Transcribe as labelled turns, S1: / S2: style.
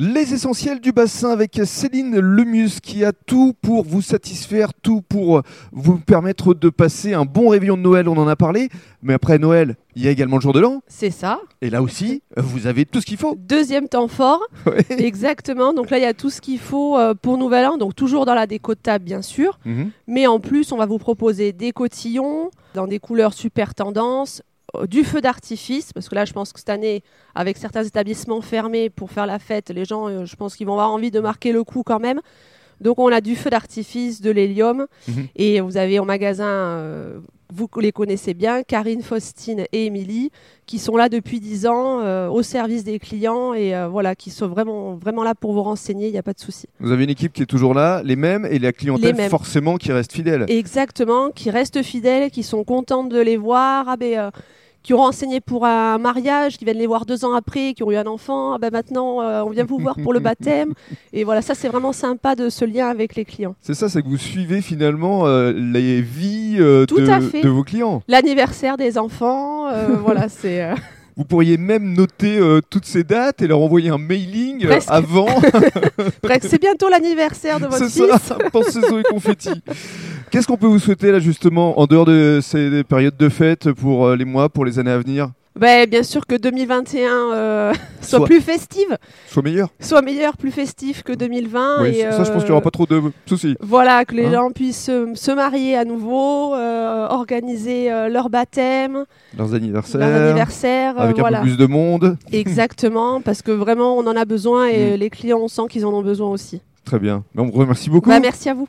S1: Les essentiels du bassin avec Céline Lemus qui a tout pour vous satisfaire, tout pour vous permettre de passer un bon réveillon de Noël, on en a parlé. Mais après Noël, il y a également le jour de l'an.
S2: C'est ça.
S1: Et là aussi, vous avez tout ce qu'il faut.
S2: Deuxième temps fort.
S1: Ouais.
S2: Exactement. Donc là, il y a tout ce qu'il faut euh, pour Nouvel An. Donc toujours dans la déco de table, bien sûr.
S1: Mhm.
S2: Mais en plus, on va vous proposer des cotillons dans des couleurs super tendances, euh, du feu d'artifice. Parce que là, je pense que cette année, avec certains établissements fermés pour faire la fête, les gens, euh, je pense qu'ils vont avoir envie de marquer le coup quand même. Donc on a du feu d'artifice, de l'hélium.
S1: Mhm.
S2: Et vous avez en magasin, euh, vous les connaissez bien, Karine, Faustine et Émilie, qui sont là depuis 10 ans euh, au service des clients et euh, voilà, qui sont vraiment, vraiment là pour vous renseigner, il n'y a pas de souci.
S1: Vous avez une équipe qui est toujours là, les mêmes, et la
S2: Les
S1: clientèle
S2: mêmes.
S1: forcément qui reste fidèle.
S2: Exactement, qui restent fidèles, qui sont contentes de les voir, ah ben, euh, qui ont renseigné pour un mariage, qui viennent les voir deux ans après, qui ont eu un enfant, ah ben maintenant euh, on vient vous voir pour le baptême. Et voilà, ça c'est vraiment sympa de ce lien avec les clients.
S1: C'est ça, c'est que vous suivez finalement euh, les vies euh,
S2: Tout à
S1: de,
S2: fait.
S1: de vos clients.
S2: L'anniversaire des enfants, euh, voilà, c'est... euh,
S1: Vous pourriez même noter euh, toutes ces dates et leur envoyer un mailing euh,
S2: Presque.
S1: avant.
S2: Bref, c'est bientôt l'anniversaire de votre
S1: C'est
S2: fils.
S1: ça, pensez-en et confetti. Qu'est-ce qu'on peut vous souhaiter là justement en dehors de ces périodes de fête pour euh, les mois, pour les années à venir
S2: Ben, bien sûr que 2021 euh, soit,
S1: Soit-
S2: plus festive,
S1: Soit meilleur.
S2: soit meilleur, plus festif que 2020.
S1: Oui,
S2: et,
S1: ça je pense
S2: euh,
S1: qu'il n'y aura pas trop de soucis.
S2: Voilà, que les
S1: Hein
S2: gens puissent euh, se marier à nouveau, euh, organiser euh, leur baptême,
S1: Leurs anniversaires,
S2: leur anniversaire, euh,
S1: avec un
S2: voilà.
S1: peu plus de Mm. monde.
S2: Exactement, parce que vraiment on en a besoin et les clients on sent qu'ils en ont besoin aussi.
S1: Très bien. Mais on vous remercie beaucoup.
S2: Bah, merci à vous.